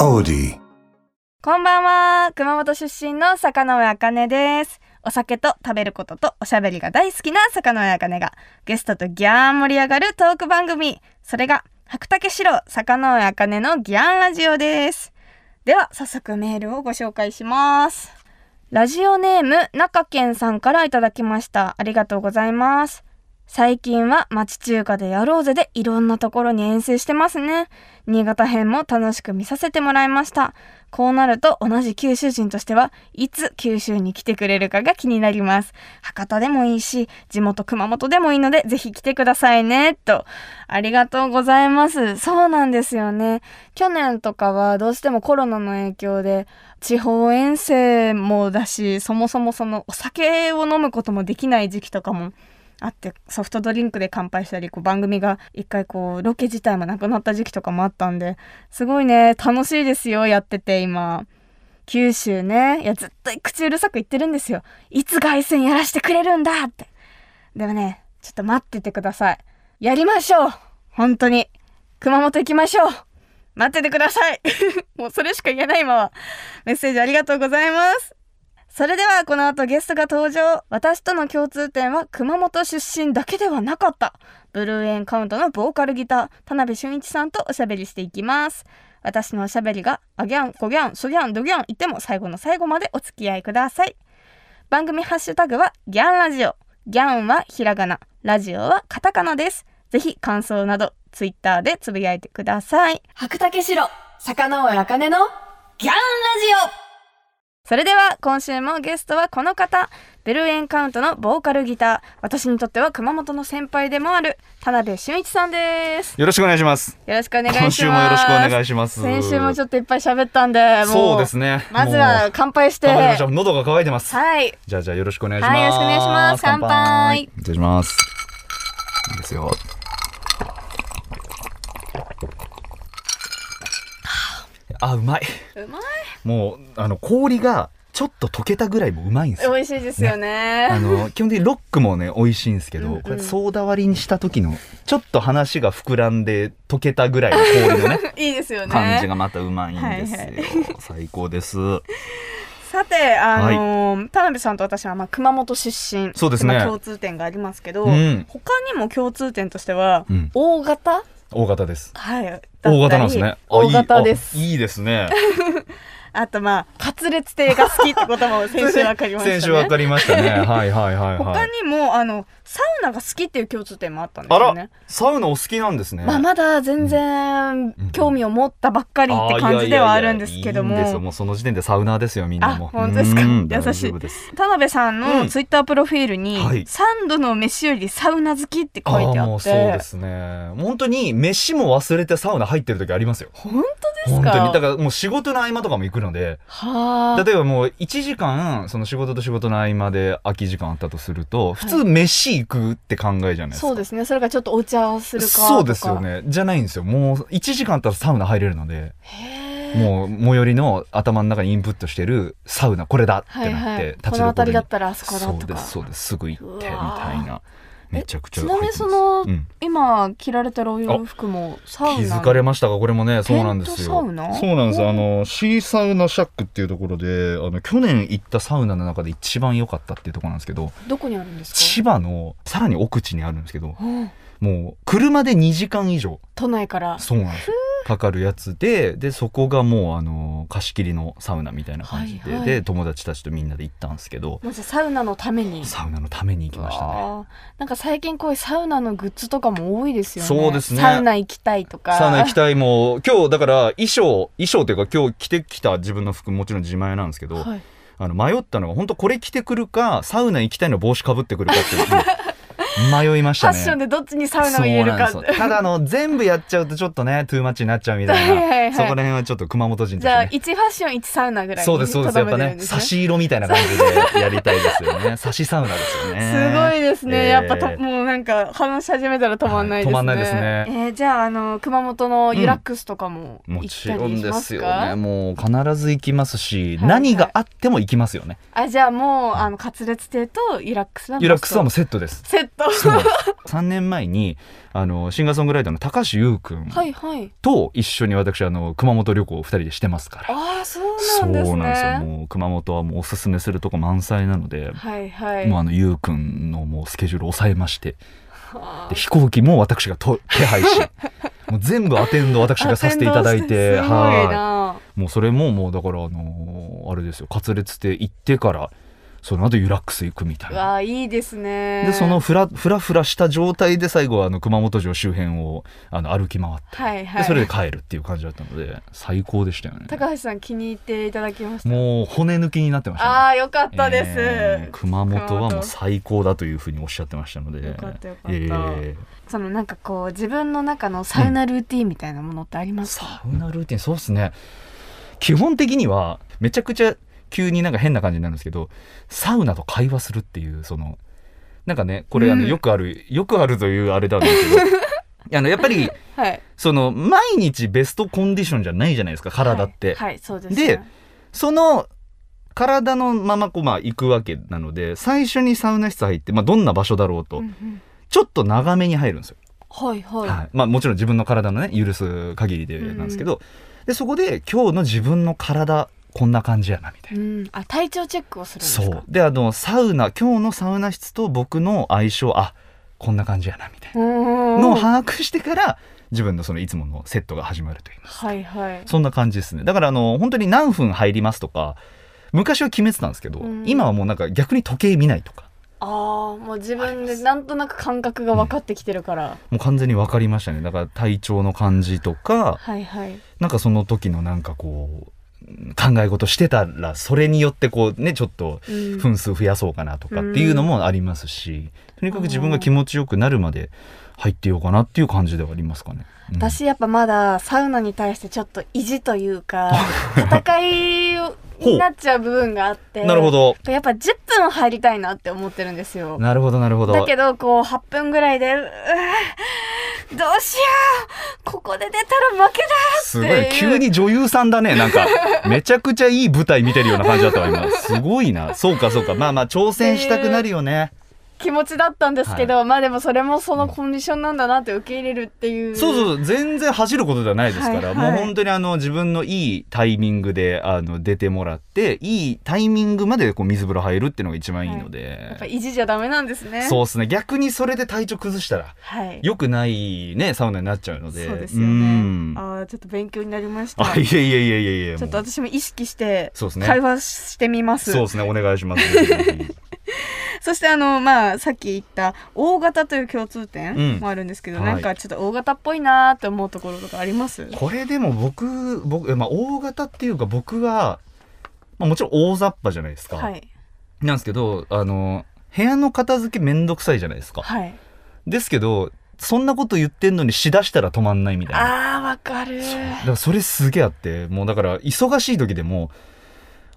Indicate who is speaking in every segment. Speaker 1: Cody.
Speaker 2: こんばんは。熊本出身の坂上茜です。お酒と食べることとおしゃべりが大好きな坂上茜がゲストとギャーン盛り上がるトーク番組。それが白竹四郎坂上茜のギャーンラジオです。では早速メールをご紹介します。ラジオネーム中健さんからいただきました。ありがとうございます。最近は町中華でやろうぜでいろんなところに遠征してますね。新潟編も楽しく見させてもらいました。こうなると同じ九州人としてはいつ九州に来てくれるかが気になります。博多でもいいし、地元熊本でもいいのでぜひ来てくださいね、と。ありがとうございます。そうなんですよね。去年とかはどうしてもコロナの影響で地方遠征もだし、そもそもそのお酒を飲むこともできない時期とかもあってソフトドリンクで乾杯したりこう番組が一回こうロケ自体もなくなった時期とかもあったんですごいね楽しいですよやってて今九州ねいやずっと口うるさく言ってるんですよいつ凱旋やらしてくれるんだってでもねちょっと待っててくださいやりましょう本当に熊本行きましょう待っててください もうそれしか言えない今はメッセージありがとうございますそれではこの後ゲストが登場私との共通点は熊本出身だけではなかったブルーエンカウントのボーカルギター田辺俊一さんとおしゃべりしていきます私のおしゃべりがあギャンコギャンソギャンドギャン言っても最後の最後までお付き合いください番組ハッシュタグはギャンラジオギャンはひらがなラジオはカタカナですぜひ感想などツイッターでつぶやいてください白竹城坂上茜のギャンラジオそれでは今週もゲストはこの方ベルーエンカウントのボーカルギター私にとっては熊本の先輩でもある田辺俊一さんです
Speaker 3: よろしくお願いします。
Speaker 2: よろしくお願いします
Speaker 3: 今週もよろしくお願いします。
Speaker 2: 先週もち
Speaker 3: ょ
Speaker 2: ょ
Speaker 3: っ
Speaker 2: っといっぱい喋ったんでも
Speaker 3: そうですね。
Speaker 2: まずは乾杯して
Speaker 3: もう。頑張りましょ
Speaker 2: は
Speaker 3: う喉が渇いてます。
Speaker 2: い
Speaker 3: じゃあじゃあよろしくお願いします。
Speaker 2: はいよろしくお願いします乾杯
Speaker 3: いただきます。いいですよ。あうまい。
Speaker 2: うまい
Speaker 3: もうあの氷がちょっと溶けたぐらいもうまいんですよ。
Speaker 2: 美味しいですよね
Speaker 3: あの基本的にロックもね美味しいんですけど、
Speaker 2: うんうん
Speaker 3: これソーダ割りにした時のちょっと話が膨らんで溶けたぐらいの氷のね
Speaker 2: いいですよね
Speaker 3: 感じがまたうまいんですよ、
Speaker 2: はい
Speaker 3: 最高です
Speaker 2: さてあのー田辺さんと私はまあ熊本出身
Speaker 3: そうですね
Speaker 2: まあ共通点がありますけど、
Speaker 3: うん
Speaker 2: 他にも共通点としては、
Speaker 3: うん
Speaker 2: 大型
Speaker 3: 大型です
Speaker 2: はいだったり
Speaker 3: 大型なんですねあ
Speaker 2: 大型で
Speaker 3: い
Speaker 2: す
Speaker 3: いあいいで すね
Speaker 2: あとまあ滑裂艇が好きってことも先週わかりましたね
Speaker 3: 先週わかりましたねはいはいはいは
Speaker 2: 他
Speaker 3: い
Speaker 2: にもあのサウナが好きっていう共通点もあったんです
Speaker 3: あ
Speaker 2: よ
Speaker 3: ら
Speaker 2: ね
Speaker 3: サウナお好きなんですね
Speaker 2: まあまだ全然興味を持ったばっかりって感じではあるんですけども
Speaker 3: あいやいやいやいいんですよもうその時点でサウナーですよみんなも
Speaker 2: あ本当ですか
Speaker 3: う
Speaker 2: 優し
Speaker 3: ん
Speaker 2: い
Speaker 3: 大丈夫です
Speaker 2: 田辺さん
Speaker 3: う
Speaker 2: の
Speaker 3: ん
Speaker 2: ツイッタープロフィールに
Speaker 3: はい
Speaker 2: 「三度の飯よりサウナ好き」って書いて
Speaker 3: あ
Speaker 2: あ
Speaker 3: ーも
Speaker 2: っ
Speaker 3: うそう
Speaker 2: て
Speaker 3: ですね本当に飯も忘れてサウナ入ってる時ありますよ
Speaker 2: 本当です
Speaker 3: 本当
Speaker 2: か
Speaker 3: にだからもう仕事の合間とかも行くので
Speaker 2: はあ
Speaker 3: 例えばもう1時間その仕事と仕事の合間で空き時間あったとすると普通飯行くって考えじゃないですか、
Speaker 2: そうですねそれがちょっとお茶をするかとか
Speaker 3: そうですよねじゃないんですよもう1時間あったらサウナ入れるので
Speaker 2: へえ
Speaker 3: もう最寄りの頭の中にインプットしてるサウナこれだって
Speaker 2: はい
Speaker 3: なっ
Speaker 2: は
Speaker 3: て、
Speaker 2: い
Speaker 3: 立ち
Speaker 2: こ
Speaker 3: ど
Speaker 2: の
Speaker 3: ろに
Speaker 2: 辺りだったらあそこだ
Speaker 3: そう
Speaker 2: と
Speaker 3: で
Speaker 2: か
Speaker 3: すそうですすぐ行ってみた
Speaker 2: うわー
Speaker 3: いなめちゃくちゃ
Speaker 2: えちなみにその
Speaker 3: 入ってますうん
Speaker 2: 今着られてるお洋服もサウナ
Speaker 3: 気づかれましたかこれもねそうなんです
Speaker 2: テン
Speaker 3: よ
Speaker 2: トサウナ
Speaker 3: そうなんです
Speaker 2: おー
Speaker 3: あのシーサウナシャックっていうところであの去年行ったサウナの中で一番良かったっていうところなんですけど
Speaker 2: どこにあるんですか
Speaker 3: 千葉のさらに奥地にあるんですけど
Speaker 2: うん
Speaker 3: もう車で2時間以上
Speaker 2: 都内から
Speaker 3: そうなんですよかかるやつででそこがもうあの貸し切りのサウナみたいな感じで、
Speaker 2: はいはい
Speaker 3: で友達たちとみんなで行ったんですけど
Speaker 2: もうじゃあサウナのために
Speaker 3: サウナのために行きましたね
Speaker 2: あーなんか最近こういうサウナのグッズとかも多いですよね
Speaker 3: そうですね
Speaker 2: サウナ行きたいとか
Speaker 3: サウナ行きたいもう今日だから衣装衣装というか今日着てきた自分の服もちろん自前なんですけど、
Speaker 2: はい
Speaker 3: あの迷ったのが本当これ着てくるかサウナ行きたいの帽子かぶってくるかってい う迷いまし
Speaker 2: ファッ
Speaker 3: たね
Speaker 2: ションでどっちにサウナを入れるかって
Speaker 3: そうなんですよただあの全部やっちゃうとちょっとねトゥーマッチになっちゃうみたいな
Speaker 2: はいはいはい
Speaker 3: そこら辺はちょっと熊本人
Speaker 2: じゃあ
Speaker 3: たちね
Speaker 2: 1ファッション1サウナぐらいに
Speaker 3: そうですそうですやっぱね差
Speaker 2: すね
Speaker 3: し色みたいな感じでやりたいです よね差しサウナですよね
Speaker 2: すごいですね、
Speaker 3: えー
Speaker 2: やっぱともうなんか話し始めたら止まんないですね、
Speaker 3: はい止まんないですね
Speaker 2: えーじゃああの熊本のユラックスとかも行
Speaker 3: も
Speaker 2: っ
Speaker 3: ち
Speaker 2: た
Speaker 3: ろ
Speaker 2: り
Speaker 3: ん
Speaker 2: し
Speaker 3: で
Speaker 2: ますす
Speaker 3: よ
Speaker 2: か、
Speaker 3: ねもう必ず行きますし、
Speaker 2: はい
Speaker 3: 何があっても行きますよね
Speaker 2: あじゃあもうあのカツレツ亭とユラックスはもう
Speaker 3: ユラックスはもうセットです
Speaker 2: セッた。
Speaker 3: そうなんです3年前にあのシンガーソングライターの高橋優君
Speaker 2: はいはい。
Speaker 3: と一緒に私あの熊本旅行を2人でしてますから
Speaker 2: ああ、そうなんです
Speaker 3: そうなんです
Speaker 2: ね。
Speaker 3: よもう熊本はもうおすすめするとこ満載なので、
Speaker 2: はいはい。
Speaker 3: もうあの優君のもうスケジュール抑えまして
Speaker 2: はあ
Speaker 3: で飛行機も私がと手配し もう全部アテンド私がさせていただいて
Speaker 2: すごい
Speaker 3: は
Speaker 2: ない
Speaker 3: もうそれももうだからあのーあれですよカツレツで行ってからその後ユラックス行くみたい
Speaker 2: ぁ。う
Speaker 3: な。
Speaker 2: わあ、いいですね。
Speaker 3: でそのふらふらふらした状態で最後はあの熊本城周辺をあの歩き回って、
Speaker 2: はいは
Speaker 3: で
Speaker 2: い。
Speaker 3: それで帰るっていう感じだったので最高でしたよね
Speaker 2: 高橋さん気に入っていただきました。
Speaker 3: もう骨抜きになってましたね
Speaker 2: ああ、よかったです。
Speaker 3: えー熊本は
Speaker 2: 熊
Speaker 3: も
Speaker 2: 本
Speaker 3: う最高だというふうにおっしゃってましたので
Speaker 2: よかったよかった
Speaker 3: えー
Speaker 2: そのなんかこう自分の中のサウナルーティーンみたいなものってありますか、
Speaker 3: サウナルーティンそうですね基本的にはめちゃくちゃ急になんか変な感じになるんですけどサウナと会話するっていうそのなんかねこれあの
Speaker 2: うん
Speaker 3: よくある、よくあるというあれなんですけ どあのやっぱり
Speaker 2: はい
Speaker 3: その毎日ベストコンディションじゃないじゃないですか体って、
Speaker 2: はい、はいそうです、
Speaker 3: でその体のままこうまあ行くわけなので最初にサウナ室入って、まあ、どんな場所だろうと、
Speaker 2: うんうん
Speaker 3: ちょっと長めに入るんですよ、
Speaker 2: はいはい、
Speaker 3: はいまあ、もちろん自分の体のね許す限りでなんですけど、でそこで今日の自分の体こんな感じやなみたいな。
Speaker 2: うん、あ体調チェックをするんですか
Speaker 3: そうであのサウナ今日のサウナ室と僕の相性あこんな感じやなみたいなの
Speaker 2: の
Speaker 3: を把握してから自分のそのいつものセットが始まるという
Speaker 2: はいはい
Speaker 3: そんな感じですねだからあの本当に何分入りますとか昔は決めてたんですけど、
Speaker 2: うん
Speaker 3: 今はもうなんか逆に時計見ないとか
Speaker 2: ああもう自分でなんとなく感覚が分かってきてるから、
Speaker 3: もう完全に分かりましたねだから体調の感じとか
Speaker 2: はいはい
Speaker 3: なんかその時のなんかこううん考え事してたらそれによってこうねちょっと
Speaker 2: うん
Speaker 3: 分数増やそうかなとかっていうのもありますし、とにかく自分が気持ちよくなるまで入ってようかなっていう感じではありますかね。うん
Speaker 2: 私やっぱまだサウナに対してちょっと意地というか 戦いをになっちゃう部分があって
Speaker 3: なるほど
Speaker 2: やっぱ10分入りたいなって思ってるんですよ
Speaker 3: なるほどなるほど
Speaker 2: だけどこう8分ぐらいでうわーどうしようここで出たら負けだ
Speaker 3: すご
Speaker 2: ってい
Speaker 3: いう急に女優さんだねなんかめちゃくちゃいい舞台見てるような感じだったわ今すごいなそうかそうかまあまあ挑戦したくなるよね
Speaker 2: 気持ちだったんですけど、まあでもそれもそのコンディションなんだなって受け入れるっていう
Speaker 3: そう
Speaker 2: う
Speaker 3: そう全然恥じることではないですから、
Speaker 2: はいはい
Speaker 3: もう本当にあの自分のいいタイミングであの出てもらっていいタイミングまでこう水風呂入るっていうのが一番いいの
Speaker 2: や
Speaker 3: で
Speaker 2: っ、ぱ意地じゃダメなんですね
Speaker 3: そうですね逆にそれで体調崩したら
Speaker 2: はい
Speaker 3: 良くないねサウナになっちゃうので
Speaker 2: そうですよ
Speaker 3: うん
Speaker 2: ねああちょっと勉強になりました
Speaker 3: あいえいえいえいえいえ
Speaker 2: ちょっと
Speaker 3: もう
Speaker 2: 私も意識して
Speaker 3: そうですね
Speaker 2: 会話してみます
Speaker 3: そうですねお願いしますぜひぜひ
Speaker 2: そしてあのまあさっき言った大型という共通
Speaker 3: うん
Speaker 2: 点もあるんですけど、
Speaker 3: はい
Speaker 2: なんかちょっと大型っぽいなーって思うところとかあります
Speaker 3: これでも僕僕、まあ、大型っていうか僕は、まあ、もちろん大雑把じゃないですか、
Speaker 2: はい
Speaker 3: なんですけどあの部屋の片付けめんどくさいじゃないですか
Speaker 2: はい
Speaker 3: ですけどそんなこと言ってんのにしだしたら止まんないみたいな
Speaker 2: あーわかる
Speaker 3: だからそれすげえあってもうだから忙しい時でも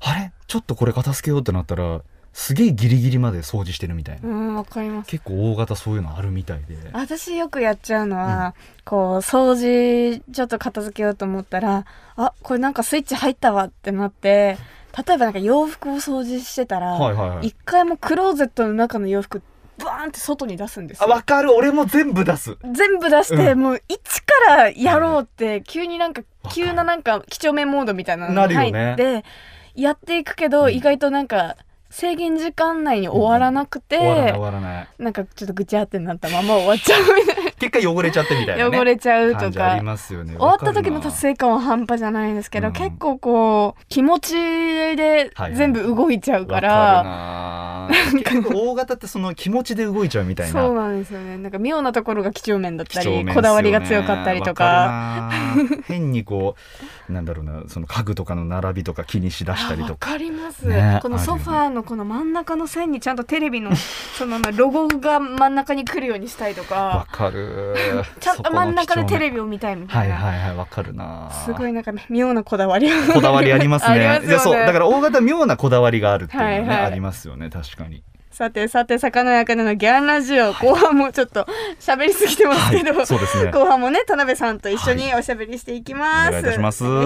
Speaker 3: あれちょっとこれ片付けようってなったらすげえギリギリまで掃除してるみたいな、
Speaker 2: うんわかります
Speaker 3: 結構大型そういうのあるみたいで
Speaker 2: 私よくやっちゃうのは、こう掃除ちょっと片付けようと思ったらあこれなんかスイッチ入ったわってなって例えばなんか洋服を掃除してたら、
Speaker 3: はいはいはい
Speaker 2: 一回もクローゼットの中の洋服バーンって外に出すんです
Speaker 3: あ
Speaker 2: よ
Speaker 3: わかる俺も全部出す
Speaker 2: 全部出して、
Speaker 3: う
Speaker 2: もう一からやろうって急になんか
Speaker 3: わかる
Speaker 2: 急ななんか几帳面モードみたいなの
Speaker 3: な
Speaker 2: に
Speaker 3: るよ
Speaker 2: 入
Speaker 3: ね
Speaker 2: って、やっていくけど
Speaker 3: うん
Speaker 2: 意外となんか制限時間内に終わらなくて、
Speaker 3: 終わらない終わらない
Speaker 2: なんかちょっとぐちゃってなったまま終わっちゃうみたいな。
Speaker 3: 結果汚れちゃってみたいな、ね、
Speaker 2: 汚れちゃうと
Speaker 3: 感じあ
Speaker 2: か
Speaker 3: りますよね
Speaker 2: 終わった時の
Speaker 3: わか
Speaker 2: 達
Speaker 3: るな
Speaker 2: 成感は半端じゃないんですけど、
Speaker 3: うん
Speaker 2: 結構こう気持ちで
Speaker 3: はいはい
Speaker 2: 全部動いちゃうから,、
Speaker 3: わかるな結局大型ってその気持ちで動いちゃうみたいな
Speaker 2: そうなんですよねなんか妙なところが几帳面だっ
Speaker 3: 貴
Speaker 2: た
Speaker 3: 重
Speaker 2: り、
Speaker 3: 面ですよね
Speaker 2: こだわりが強かったりとか。
Speaker 3: わかるな変にこうなんだろうなその家具とかの並びとか気にしだしたり
Speaker 2: あ
Speaker 3: と
Speaker 2: わ
Speaker 3: か
Speaker 2: かります、
Speaker 3: ね
Speaker 2: このソファーのこの真ん中の線にちゃんとテレビのそのロゴが真ん中に来るようにしたいと
Speaker 3: わ
Speaker 2: か
Speaker 3: かる
Speaker 2: ちゃんと真ん中でテレ
Speaker 3: ビ
Speaker 2: ビを見たいみた
Speaker 3: はいい
Speaker 2: な、
Speaker 3: はいはいわかるな
Speaker 2: すごいなんか妙なこだ わりが
Speaker 3: こだわりありますね
Speaker 2: ありますよね
Speaker 3: いやそうだから大型妙なこだわりがあるっていうのはね、
Speaker 2: はいはい
Speaker 3: ありますよね確かに
Speaker 2: さてさて魚やかねのギャンラジオ後半もちょっと喋りすぎてますけど、
Speaker 3: はいそうですね
Speaker 2: 後半もね田辺さんと一緒におしゃべりしていきます、
Speaker 3: お願いいたします
Speaker 2: お願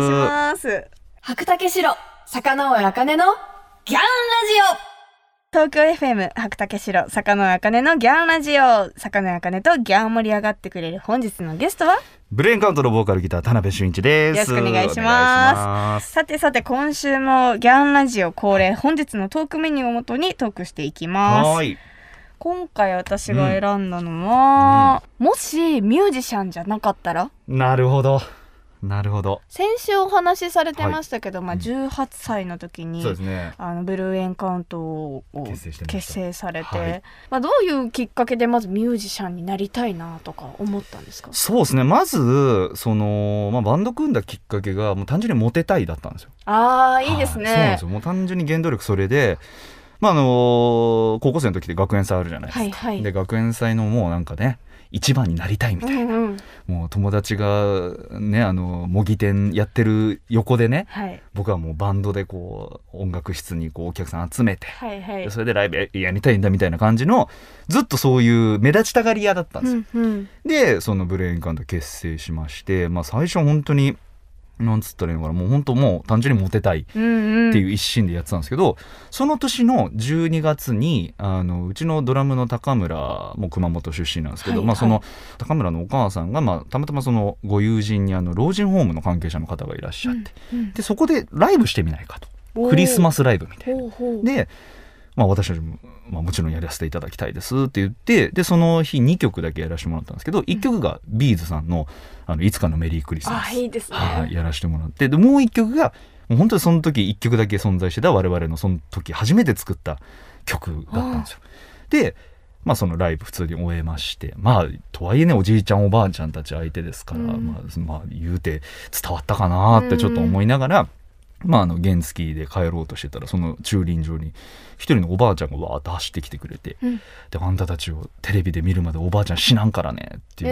Speaker 2: いします白竹城坂上茜のギャンラジオ東京 FM 白竹城坂野茜のギャンラジオ坂野茜とギャン盛り上がってくれる本日のゲストは
Speaker 3: ブレインカウントのボーカルギター田辺俊一です。
Speaker 2: よろしくお願いします
Speaker 3: お願いします
Speaker 2: さてさて今週もギャンラジオ恒例本日のトークメニューをもとにトークしていきま
Speaker 3: は
Speaker 2: す
Speaker 3: ーい。
Speaker 2: 今回私が選んだのは、もしミュージシャンじゃなかったら
Speaker 3: なるほど。なるほど。
Speaker 2: 先週お話しされてましたけど、
Speaker 3: う
Speaker 2: ま
Speaker 3: ん
Speaker 2: あ18歳の時に、
Speaker 3: そうですね。
Speaker 2: あのブルーエンカウントを
Speaker 3: 結成してました
Speaker 2: 結成されて、
Speaker 3: はい
Speaker 2: まあ、どういうきっかけでまずミュージシャンになりたいなとか思ったんですか
Speaker 3: そうですね。まずそのまあバンド組んだきっかけがもう単純にモテたいだったんですよ。
Speaker 2: あーいいです
Speaker 3: はいそうなんで
Speaker 2: ね
Speaker 3: す。よ。もう単純に原動力それで。まああの高校生の時って学園祭あるじゃないですか、
Speaker 2: はいはい
Speaker 3: で学園祭のもうなんかね一番になりたいみたいな、
Speaker 2: うんうん
Speaker 3: もう友達がねあの模擬店やってる横でね
Speaker 2: はい
Speaker 3: 僕はもうバンドでこう音楽室にこうお客さん集めて、
Speaker 2: はいはい
Speaker 3: でそれでライブやりたいんだみたいな感じのずっとそういう目立ちたがり屋だったんです
Speaker 2: う
Speaker 3: よ、
Speaker 2: んうん
Speaker 3: でそのブレインカント結成しまして、まあ、最初本当になんつったらいいのかなもう本当もう単純にモテたい
Speaker 2: うんうん
Speaker 3: っていう一心でやってたんですけど、その年の12月にあのうちのドラムの高村も熊本出身なんですけど、
Speaker 2: はい
Speaker 3: まあ、そ
Speaker 2: は
Speaker 3: の高村のお母さんが、まあ、たまたまそのご友人にあの老人ホームの関係者の方がいらっしゃって、
Speaker 2: うん
Speaker 3: でそこでライブしてみないかとクリスマスライブみたいな。
Speaker 2: ほうほう
Speaker 3: で、まあ、私たちも、まあ、もちろんやらせていただきたいですって言ってでその日2曲だけやらせてもらったんですけど1曲がビーズさんの「あのいつかのメリークリスマス」
Speaker 2: あいいですね
Speaker 3: はい、やらせてもらってでもう一曲がもう本当にその時一曲だけ存在してた我々のその時初めて作った曲だったんですよ。でまあそのライブ普通に終えましてまあとはいえねおじいちゃんおばあちゃんたち相手ですから、
Speaker 2: うん
Speaker 3: まあ、まあ言うて伝わったかなってちょっと思いながら、まああの原付きで帰ろうとしてたらその駐輪場に一人のおばあちゃんがわーっと走ってきてくれて、
Speaker 2: うん
Speaker 3: であんたたちをテレビで見るまでおばあちゃん死なんからねって言ってくれて。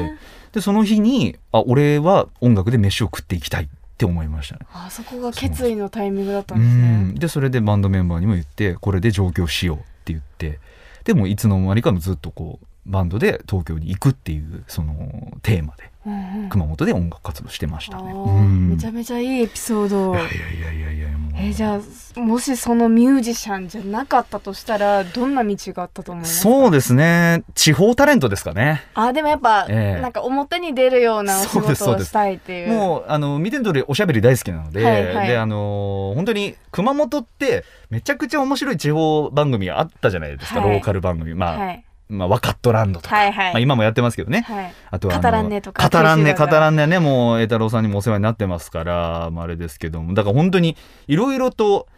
Speaker 2: えー
Speaker 3: でその日にあ俺は音楽で飯を食っていきたいって思いましたね。
Speaker 2: あそこが決意のタイミングだった
Speaker 3: うん
Speaker 2: ですね
Speaker 3: んでそれでバンドメンバーにも言ってこれで上京しようって言ってでもいつの間にかもずっとこうバンドで東京に行くっていうそのテーマで
Speaker 2: うんうん
Speaker 3: 熊本で音楽活動してました
Speaker 2: あ
Speaker 3: ね。
Speaker 2: ー
Speaker 3: うん
Speaker 2: めちゃめちゃいいエピソード
Speaker 3: いやいやいやいやいやもう
Speaker 2: えーじゃあもしそのミュージシャンじゃなかったとしたらどんな道があったと思いますか
Speaker 3: そうですね地方タレントですかね。
Speaker 2: あでもやっぱ、
Speaker 3: ええ
Speaker 2: なんか表に出るようなお仕
Speaker 3: そうです
Speaker 2: 事
Speaker 3: そう
Speaker 2: を
Speaker 3: で
Speaker 2: し
Speaker 3: す
Speaker 2: たいっていう
Speaker 3: もうあの見ての通りおしゃべり大好きなので、
Speaker 2: はいはい
Speaker 3: であのー本当に熊本ってめちゃくちゃ面白い地方番組あったじゃないですか、
Speaker 2: はい
Speaker 3: ローカル番組、まあ
Speaker 2: はい
Speaker 3: まあ、ワカットランドとか、
Speaker 2: はいはい、
Speaker 3: まあ、今もやってますけどね、
Speaker 2: はい
Speaker 3: あとはあの
Speaker 2: 語らんねとか
Speaker 3: 語らん
Speaker 2: 九
Speaker 3: ね
Speaker 2: 州だ
Speaker 3: 語
Speaker 2: から
Speaker 3: らんねねもう栄太郎さんにもお世話になってますから、まあ、あれですけどもだから本当にいろいろと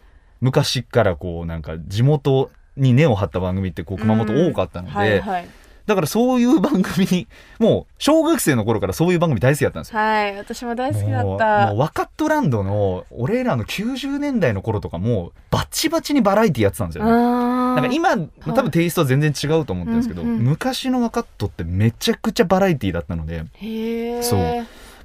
Speaker 3: 昔からこうなんか地元に根を張った番組ってこう熊本多かったので、
Speaker 2: はいはい
Speaker 3: だからそういう番組にもう小学生の頃からそういう番組大好きだったんですよ
Speaker 2: はい私も大好きだ
Speaker 3: も
Speaker 2: っ
Speaker 3: う
Speaker 2: た
Speaker 3: もうワカットランドの俺らの90年代の頃とかもうバチバチにバラエティやってたんですよ、ね、な
Speaker 2: なん
Speaker 3: か今、多分テイストは全然違うと思ってるんですけど、
Speaker 2: うんうん
Speaker 3: 昔のワカットってめちゃくちゃバラエティだったので
Speaker 2: へえ
Speaker 3: そう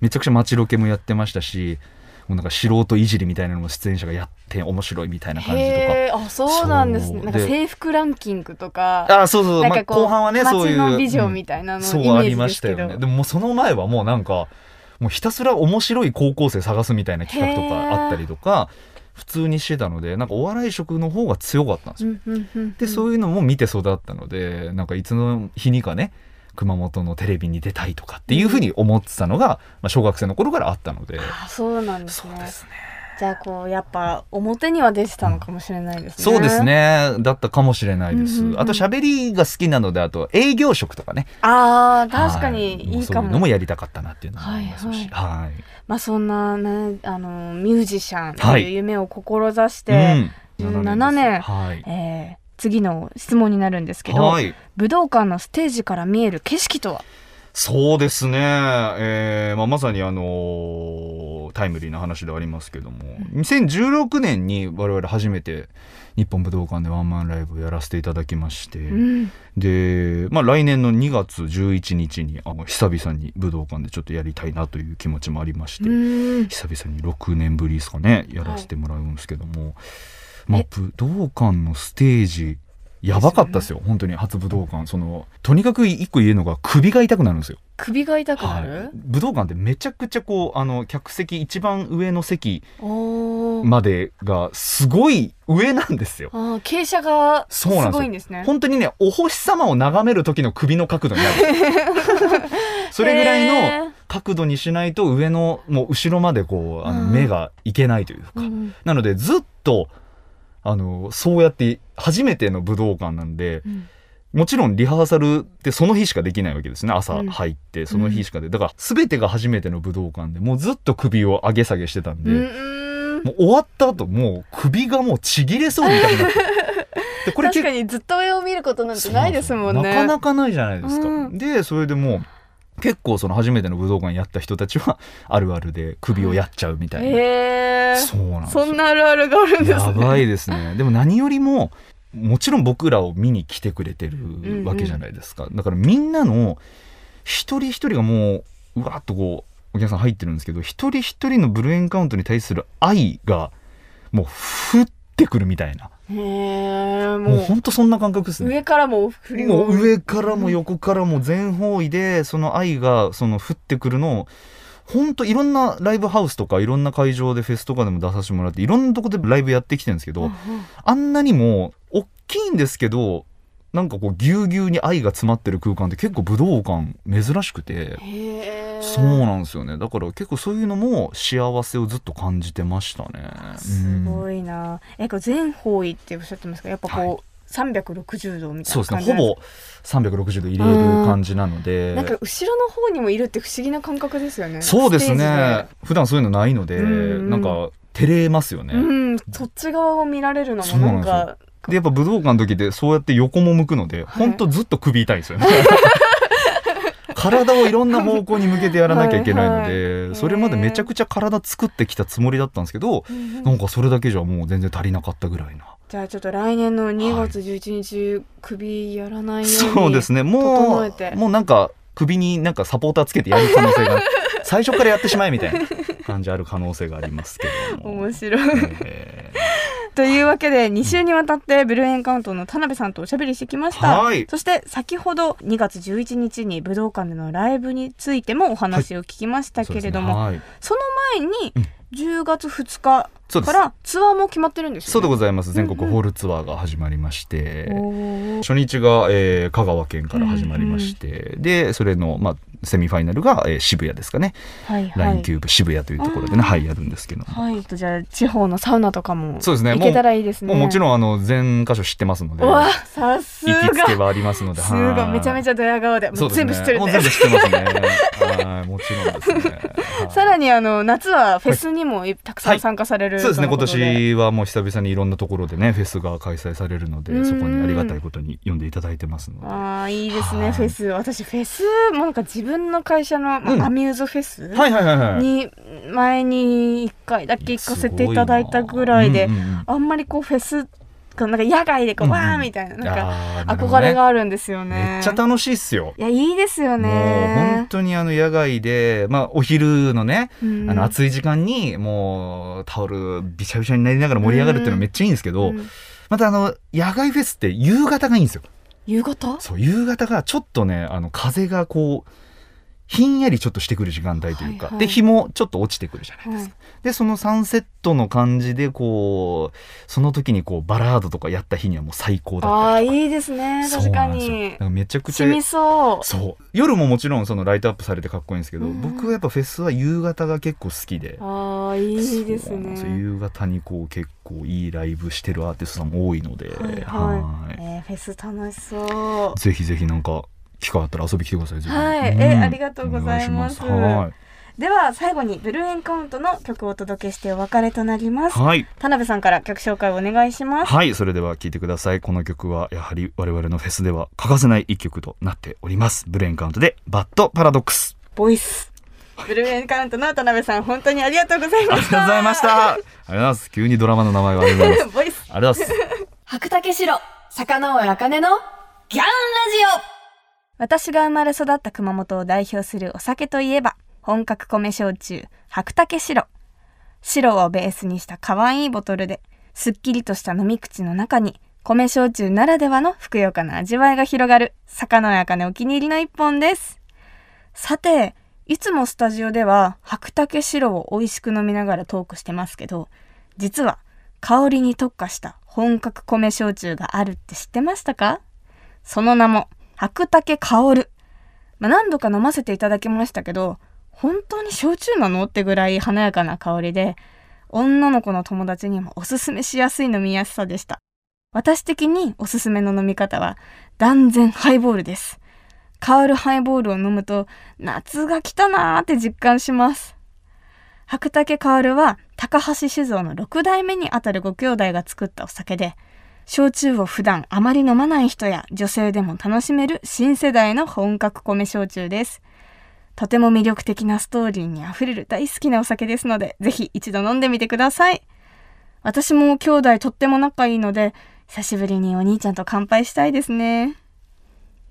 Speaker 3: めちゃくちゃ街ロケもやってましたしもうなんか素人いじりみたいなのも出演者がやって面白いみたいな感じとか。
Speaker 2: へーあそうなんですね
Speaker 3: そう
Speaker 2: なんか
Speaker 3: で
Speaker 2: 制服ランキングとか
Speaker 3: ああそうそう
Speaker 2: なん
Speaker 3: まあ、
Speaker 2: かこう
Speaker 3: 後半はねそういう
Speaker 2: 街の美女
Speaker 3: うん
Speaker 2: みたいなの
Speaker 3: そ
Speaker 2: イ
Speaker 3: う
Speaker 2: メ
Speaker 3: あ
Speaker 2: ー
Speaker 3: り
Speaker 2: ジ
Speaker 3: ま
Speaker 2: で
Speaker 3: し
Speaker 2: す
Speaker 3: た
Speaker 2: け
Speaker 3: よ
Speaker 2: ど
Speaker 3: ねでももうその前はもうなんかもうひたすら面白い高校生探すみたいな企画と
Speaker 2: へー
Speaker 3: かあったりとか普通にしてたのでなんかお笑い色の方が強かったんですよ、でそう
Speaker 2: いう
Speaker 3: いうのも見て育ったのでなんかいつの日にかね熊本のテレビに出たいとかっていうふうに思ってたのが、まあ、小学生の頃からあったので、
Speaker 2: あそうなんです
Speaker 3: そう
Speaker 2: ね
Speaker 3: ですね
Speaker 2: じゃあこうやっぱ表には出てたのかもしれないですね。
Speaker 3: そうです。ねだったかもしれないで
Speaker 2: うん
Speaker 3: す、
Speaker 2: うんうん
Speaker 3: あと喋りが好きなのであと営業職とかね
Speaker 2: ああ確かに
Speaker 3: はい
Speaker 2: いか
Speaker 3: もうそういう
Speaker 2: も。
Speaker 3: のもやりたかったなっていうのもありますし、はい
Speaker 2: まあそんなねあのミュージシャンと
Speaker 3: はいいう
Speaker 2: 夢を志して、
Speaker 3: うん
Speaker 2: 17年
Speaker 3: はい。
Speaker 2: えー次の質問になるんですけど、
Speaker 3: はい。
Speaker 2: 武道館のステージから見える景色とは。
Speaker 3: そうですね。えーまあ、まさにあのータイムリーな話ではありますけども、2016年に我々初めて日本武道館でワンマンライブをやらせていただきまして、
Speaker 2: うん。
Speaker 3: で、まあ、来年の2月11日にあの久々に武道館でちょっとやりたいなという気持ちもありまして、
Speaker 2: うん。
Speaker 3: 久々に6年ぶりですかねやらせてもらうんですけども、まあ
Speaker 2: え
Speaker 3: 武道館のステージやばかったですよ本当に初武道館そのとにかく一個言えるのが首が痛くなるんですよ、
Speaker 2: 首が痛くな
Speaker 3: はい
Speaker 2: る、、
Speaker 3: 武道館ってめちゃくちゃこうあの客席一番上の席
Speaker 2: おー、
Speaker 3: までがすごい上なんですよ
Speaker 2: あー傾斜がす
Speaker 3: そうなんですよ
Speaker 2: ごいんですね
Speaker 3: 本当にねお星様を眺める時の首の角度になる それぐらいの
Speaker 2: の、
Speaker 3: 角度にしないと上のもう後ろまでこうあの
Speaker 2: うん
Speaker 3: 目がいけないというか、
Speaker 2: うん
Speaker 3: なのでずっとあのそうやって初めての武道館なんで
Speaker 2: うん
Speaker 3: もちろんリハーサルってその日しかできないわけですね朝
Speaker 2: うん
Speaker 3: 入ってその日しかで、だから全てが初めての武道館でもうずっと首を上げ下げしてたんで、
Speaker 2: うんうん
Speaker 3: もう終わった後もう首がもうちぎれそうみ たいになってでこ
Speaker 2: 確かにずっと上を見ることなんてないですもんね。
Speaker 3: そうなかなかないじゃないですか。
Speaker 2: うん
Speaker 3: でそれでもう結構その初めての武道館やった人たちはあるあるで首をやっちゃうみたいな、
Speaker 2: へえ
Speaker 3: そうなんですよ
Speaker 2: そんなあるあるがあるんですね。
Speaker 3: やばいですね。でも何よりももちろん僕らを見に来てくれてるわけじゃないですか。だからみんなの一人一人がもううわっとこうお客さん入ってるんですけど一人一人のブルーエンカウントに対する愛がもう降ってくるみたいな
Speaker 2: へえ
Speaker 3: もう
Speaker 2: も
Speaker 3: ほんとそんな感覚です
Speaker 2: う
Speaker 3: ね。
Speaker 2: 上からも振りも
Speaker 3: もう上からも横からも全方位でその愛がその降ってくるのをほんといろんなライブハウスとかいろんな会場でフェスとかでも出させてもらっていろんなとこでライブやってきてるんですけど、
Speaker 2: うんうん
Speaker 3: あんなにも大きいんですけどなんかこうぎゅうぎゅうに愛が詰まってる空間って結構武道館珍しくて、
Speaker 2: へえ
Speaker 3: そうなんですよねだから結構そういうのも幸せをずっと感じてましたね。
Speaker 2: す
Speaker 3: うん
Speaker 2: ごいな。えこれ全方位っておっしゃってますけどやっぱ
Speaker 3: はい
Speaker 2: こう三百六十度みたい
Speaker 3: そう
Speaker 2: な感
Speaker 3: ですね
Speaker 2: じ
Speaker 3: ほ
Speaker 2: なんです
Speaker 3: ぼ360度入れる感じなので
Speaker 2: なんか後ろの方にもいるって不思議な感覚ですよね。
Speaker 3: そうです
Speaker 2: ステー
Speaker 3: ね普段そういうのないので、
Speaker 2: うんうん
Speaker 3: なんか照れますよね、
Speaker 2: ジで。うんそっち側を見られるの
Speaker 3: そ
Speaker 2: も
Speaker 3: う
Speaker 2: な
Speaker 3: な
Speaker 2: ん
Speaker 3: んですよ
Speaker 2: か
Speaker 3: でやっぱ武道館の時ってそうやって横も向くの
Speaker 2: は
Speaker 3: で、
Speaker 2: い
Speaker 3: ほんとずっと首痛いんです よね体をいろんな方向に向けてやらなきゃいけないので、
Speaker 2: はいはい
Speaker 3: それまでめちゃくちゃ体作ってきたつもりだったんですけど、
Speaker 2: うんうん
Speaker 3: なんかそれだけじゃもう全然足りなかったぐらいな、
Speaker 2: じゃあちょっと来年の2月11日、首やらないように
Speaker 3: そうですねも
Speaker 2: 整えて
Speaker 3: うもうなんか首になんかサポーターつけてやる可 能性が最初からやってしまえみたいな感じある可能性がありますけども
Speaker 2: 面白い
Speaker 3: えー
Speaker 2: というわけで2週にわたってブルーエンカウントの田辺さんとおしゃべりしてきました、
Speaker 3: はい
Speaker 2: そして先ほど2月11日に武道館でのライブについてもお話を聞きましたけれども、
Speaker 3: そうですねはい
Speaker 2: その前に10月2日
Speaker 3: そうで
Speaker 2: か
Speaker 3: す
Speaker 2: らツアーも決まってるんです
Speaker 3: そう
Speaker 2: よ
Speaker 3: で
Speaker 2: ね
Speaker 3: ございます全国ホールツアーが始まりまして、
Speaker 2: おー
Speaker 3: 初日が、えー香川県から始まりまして、でそれの、まあ、セミファイナルが、えー渋谷ですかね、
Speaker 2: はいは
Speaker 3: ライン
Speaker 2: い
Speaker 3: キューブ渋谷というところでね、はい、やるんですけども、
Speaker 2: はいとじゃあ地方のサウナとかも
Speaker 3: そうですね
Speaker 2: 行けたらいいですね
Speaker 3: もうもちろんあの全箇所知ってますので
Speaker 2: うわ
Speaker 3: 行
Speaker 2: さす
Speaker 3: き
Speaker 2: が
Speaker 3: つけはありますのです
Speaker 2: ごいめちゃめちゃドヤ顔でもう全部知ってるんで
Speaker 3: もう全部知ってますねはいもちろんですね、はい
Speaker 2: さらにあの夏はフェスにもいたくさ
Speaker 3: は
Speaker 2: ん
Speaker 3: い
Speaker 2: 参加される、
Speaker 3: そうですね
Speaker 2: との
Speaker 3: 今
Speaker 2: ことで
Speaker 3: 年はもう久々にいろんなところでねフェスが開催されるの
Speaker 2: う
Speaker 3: で
Speaker 2: ん
Speaker 3: そこにありがたいことに呼んでいただいてますので。
Speaker 2: ああいいです
Speaker 3: は
Speaker 2: ね
Speaker 3: い
Speaker 2: フェス私フェスもなんか自分の会社の、まあ
Speaker 3: うん
Speaker 2: アミューズフェス、
Speaker 3: はいはいはいはい。
Speaker 2: に前に1回だけ行かせていただいたぐらいで、あんまりこうフェスがなんか野外でこう、
Speaker 3: うんうん
Speaker 2: わーみたいななんか
Speaker 3: か
Speaker 2: 憧れがあるんですよね
Speaker 3: めっちゃ楽しいっすよ。
Speaker 2: いやいいですよね
Speaker 3: もう本当にあの野外で、まあ、お昼のね、
Speaker 2: うん
Speaker 3: あの暑い時間にもうタオルびしゃびしゃになりながら盛り上がるっていうのめっちゃいいんですけど、
Speaker 2: うん
Speaker 3: またあの野外フェスって夕方がいいんですよ。
Speaker 2: 夕方
Speaker 3: そう夕方がちょっとねあの風がこうひんやりちょっとしてくる時間帯というか、
Speaker 2: はいはい
Speaker 3: で日もちょっと落ちてくるじゃない
Speaker 2: はい
Speaker 3: でそのサンセットの感じでこうその時にこうバラードとかやった日にはもう最高だ
Speaker 2: あ
Speaker 3: った
Speaker 2: あ
Speaker 3: りとか
Speaker 2: いいですね
Speaker 3: そう
Speaker 2: 確か
Speaker 3: なんですよ
Speaker 2: に
Speaker 3: だらめちゃくちゃ
Speaker 2: 染みそう
Speaker 3: そう夜ももちろんそのライトアップされてかっこいいんですけど、
Speaker 2: うん
Speaker 3: 僕はやっぱフェスは夕方が結構好きで
Speaker 2: ああいいです
Speaker 3: そうなん
Speaker 2: ね
Speaker 3: よ夕方にこう結構いいライブしてるアーティストさんも多いので、
Speaker 2: はい
Speaker 3: は
Speaker 2: はいい、えー、フェス楽しそう
Speaker 3: ぜひぜひなんか機会あったら遊び来てくださいぜひ
Speaker 2: はい
Speaker 3: うん
Speaker 2: えありがとうございます
Speaker 3: お願いし
Speaker 2: では最後にブルーエンカウントの曲をお届けしてお別れとなります
Speaker 3: ますはい、はい
Speaker 2: 田辺さんから曲紹介をお願いします
Speaker 3: はい、それでは聴いてくださいこの曲はやはり我々のフェスでは欠かせない一曲となっておりますブレインカウントでバッドパラドックス
Speaker 2: ボイスブルーエンカウントの田辺さん本当にありがとうござい
Speaker 3: あ
Speaker 2: ま
Speaker 3: りが
Speaker 2: し
Speaker 3: とう
Speaker 2: た
Speaker 3: ございましたありがとうございます急にドラマの名前がありがとうございま す
Speaker 2: ボイス
Speaker 3: ありがとうございます
Speaker 1: 白竹城、坂上茜のギャンラジオ
Speaker 2: 私が生まれ育った熊本を代表するお酒といえば本格米焼酎白竹白白をベースにした可愛いボトルで、すっきりとした飲み口の中に、米焼酎ならではのふくよかな味わいが広がる坂のやかねお気に入りの一本ですさていつもスタジオでは白竹白を美味しく飲みながらトークしてますけど実は香りに特化した本格米焼酎があるって知ってましたかその名も白竹香る、まあ、何度か飲ませていただきましたけど本当に焼酎なのってぐらい華やかな香りで女の子の友達にもおすすめしやすい飲みやすさでした私的におすすめの飲み方は断然ハイボールです香るハイボールを飲むと夏が来たなーって実感します白竹薫は高橋酒造の6代目にあたるご兄弟が作ったお酒で焼酎を普段あまり飲まない人や女性でも楽しめる新世代の本格米焼酎ですとても魅力的なストーリーにあふれる大好きなお酒ですのでぜひ一度飲んでみてください私も兄弟とっても仲いいので久しぶりにお兄ちゃんと乾杯したいですね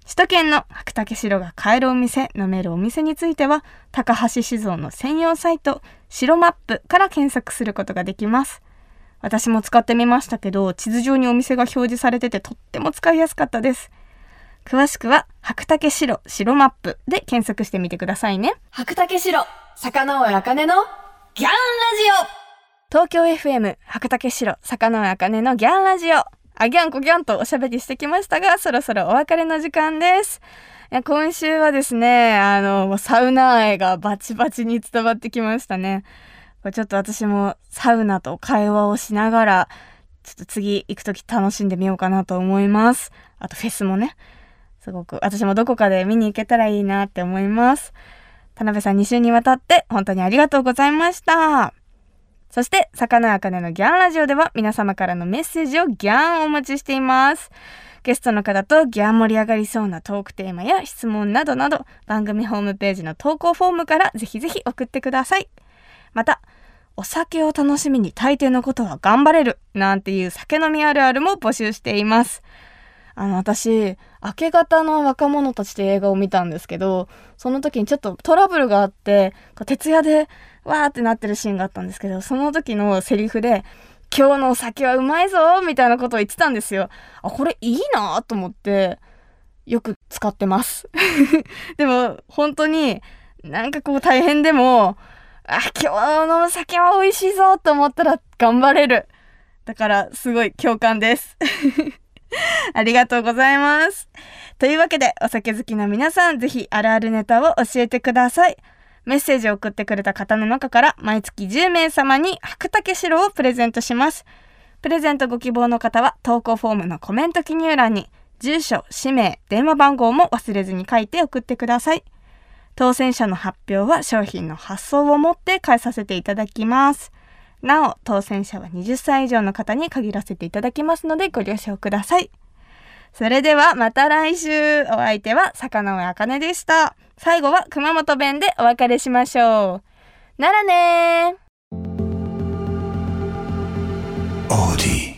Speaker 2: 首都圏の白竹城が買えるお店飲めるお店については高橋酒造の専用サイト城マップから検索することができます私も使ってみましたけど地図上にお店が表示されててとっても使いやすかったです詳しくは白竹城城マップで検索してみてくださいね
Speaker 1: 白竹城坂上茜のギャンラジ
Speaker 2: 東京 FM 白竹城坂上茜のギャンラジオあギャンコギャンとおしゃべりしてきましたがそろそろお別れの時間ですいや今週はですねあのもうサウナ愛がバチバチに伝わってきましたねこれちょっと私もサウナと会話をしながらちょっと次行く時楽しんでみようかなと思いますあとフェスもねすごく私もどこかで見に行けたらいいなって思います田辺さん2週にわたって本当にありがとうございましたそして、魚あかねのギャンラジオでは皆様からのメッセージをギャンお待ちしています。ゲストの方とギャン盛り上がりそうなトークテーマや質問などなど番組ホームページの投稿フォームからぜひぜひ送ってください。また、お酒を楽しみに大抵のことは頑張れるなんていう酒飲みあるあるも募集しています。あの私明け方の若者たちという映画を見たんですけどその時にちょっとトラブルがあってこう徹夜でわーってなってるシーンがあったんですけどその時のセリフで「今日のお酒はうまいぞ」みたいなことを言ってたんですよ。あこれいいなと思ってよく使ってます。 でも本当になんかこう大変でもあ今日のお酒は美味しいぞと思ったら頑張れる。だからすごい共感です。 ありがとうございます。というわけで、お酒好きの皆さん、ぜひあるあるネタを教えてください。メッセージを送ってくれた方の中から、毎月10名様に白竹白をプレゼントします。プレゼントご希望の方は、投稿フォームのコメント記入欄に、住所、氏名、電話番号も忘れずに書いて送ってください。当選者の発表は商品の発送をもって返させていただきます。なお、当選者は20歳以上の方に限らせていただきますのでご了承ください。それではまた来週お相手は坂上茜でした。最後は熊本弁でお別れしましょう。ならねー。
Speaker 4: オーディ